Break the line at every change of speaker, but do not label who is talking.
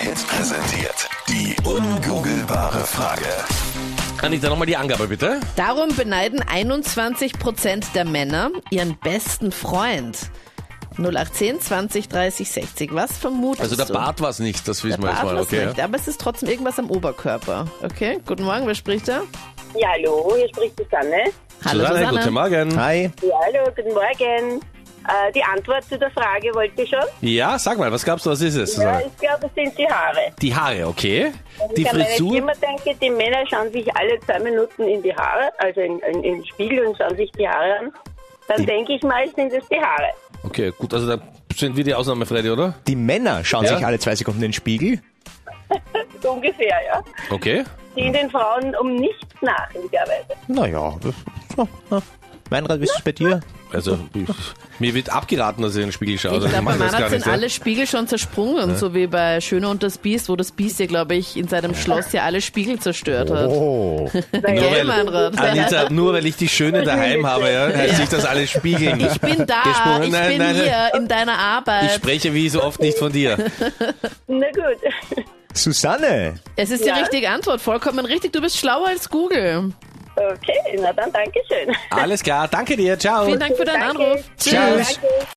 Hits präsentiert die ungoogelbare Frage.
Anita, nochmal die Angabe bitte.
Darum beneiden 21% der Männer ihren besten Freund. 0810 20 30 60. Was vermutest
Also der
du?
Bart war es nicht, das wissen wir
Bart
jetzt mal.
war's
Okay.
nicht, aber es ist trotzdem irgendwas am Oberkörper. Okay, guten Morgen, wer spricht da?
Ja, hallo, hier spricht Susanne.
Hallo Susanne.
guten Morgen.
Hi.
Ja, hallo, guten Morgen. Äh, die Antwort zu der Frage wollt ihr schon?
Ja, sag mal, was gab's, was ist es?
Ja,
Susanne?
ich glaube, es sind die Haare.
Die Haare, okay. Die
ich an
Frisur.
meine Stimme denke, die Männer schauen sich alle zwei Minuten in die Haare, also in, in, in den Spiegel und schauen sich die Haare an. Dann denke ich mal, sind es die Haare.
Okay, gut, also da sind wir die Ausnahme, Freddy, oder?
Die Männer schauen
Ja?
sich alle zwei Sekunden in den Spiegel.
So ungefähr, ja.
Okay.
Sehen den Frauen um nichts nach, in der Weise.
Naja, das- ja, ja. Meinrad, wie ist es bei dir?
Also ich, mir wird abgeraten, dass also, ich in den Spiegel schaue.
Ich glaube, bei
mache das
Manat
gar
sind
nicht, ja.
alle Spiegel schon zersprungen, so wie bei Schöner und das Biest, wo das Biest ja, glaube ich, in seinem Schloss ja alle Spiegel zerstört hat.
Oh.
Nur
Gell,
weil-
Manfred?
Anita, nur weil ich die Schöne daheim habe, ja, heißt nicht, dass alle spiegeln.
Ich bin da,
Gesprungen.
ich
Nein, nein,
bin
nein.
hier in deiner
Ich
Arbeit.
spreche wie so oft nicht von dir.
Na gut.
Susanne,
Es ist
Ja.
die richtige Antwort, vollkommen richtig. Du bist schlauer als Google.
Okay, na dann, Dankeschön.
Alles klar, danke dir, ciao.
Vielen Dank für deinen
Danke.
Anruf.
Ciao.
Danke.